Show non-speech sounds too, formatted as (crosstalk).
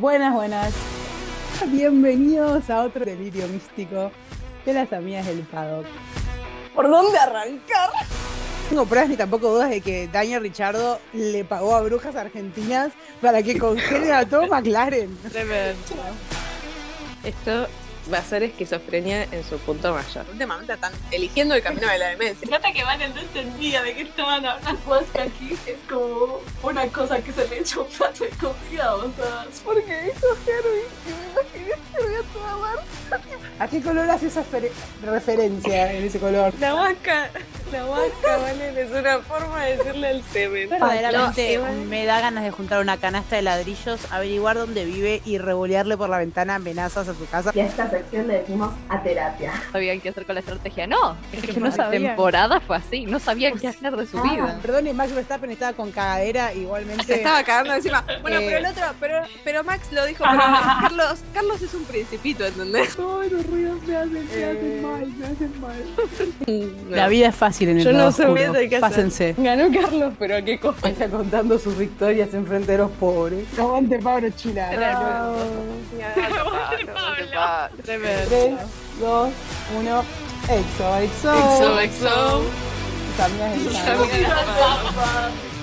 Buenas, buenas. Bienvenidos a otro delirio místico de las amigas del paddock. ¿Por dónde arrancar? No tengo pruebas ni tampoco dudas de que Daniel Richardo le pagó a brujas argentinas para que congelen a todo McLaren. Tremendo. Esto va a ser esquizofrenia en su punto mayor. Últimamente están eligiendo el camino de la demencia. Nota que Vane no entendía de qué estaban hablando. Pues que aquí es como una cosa que se le echó un plato de comida, o sea. es Porque dijo Herbie y me imaginé que voy a toda mar. ¿A qué color hace esa fere- referencia en ese color? La vaca, la vaca, vale, es una forma de decirle al semen. Verdaderamente No, igual- me da ganas de juntar una canasta de ladrillos, averiguar dónde vive y revolearle por la ventana amenazas a su casa. Y a esta sección le decimos a terapia. sabían qué hacer con la estrategia. No, es que que por no sabían. temporada fue así, no sabían qué hacer de su Ah. vida. Perdone, Max Verstappen estaba con cagadera igualmente. eh, Se estaba cagando encima. Bueno, Eh. pero el otro, pero, pero Max lo dijo, (laughs) pero Carlos, Carlos es un principito, ¿entendés? Eh. Ay, los ruidos me hacen, me hacen mal, me hacen mal. La vida es fácil en el Yo no lado sabía oscuro. de qué hacer. Pásense. Ganó Carlos, pero a qué costo. Está contando sus victorias en frente de los pobres. Aguante Pablo Chila. Tremendo. 3, 2, 1, exo, exo. Exo, exo. (laughs) También es el También.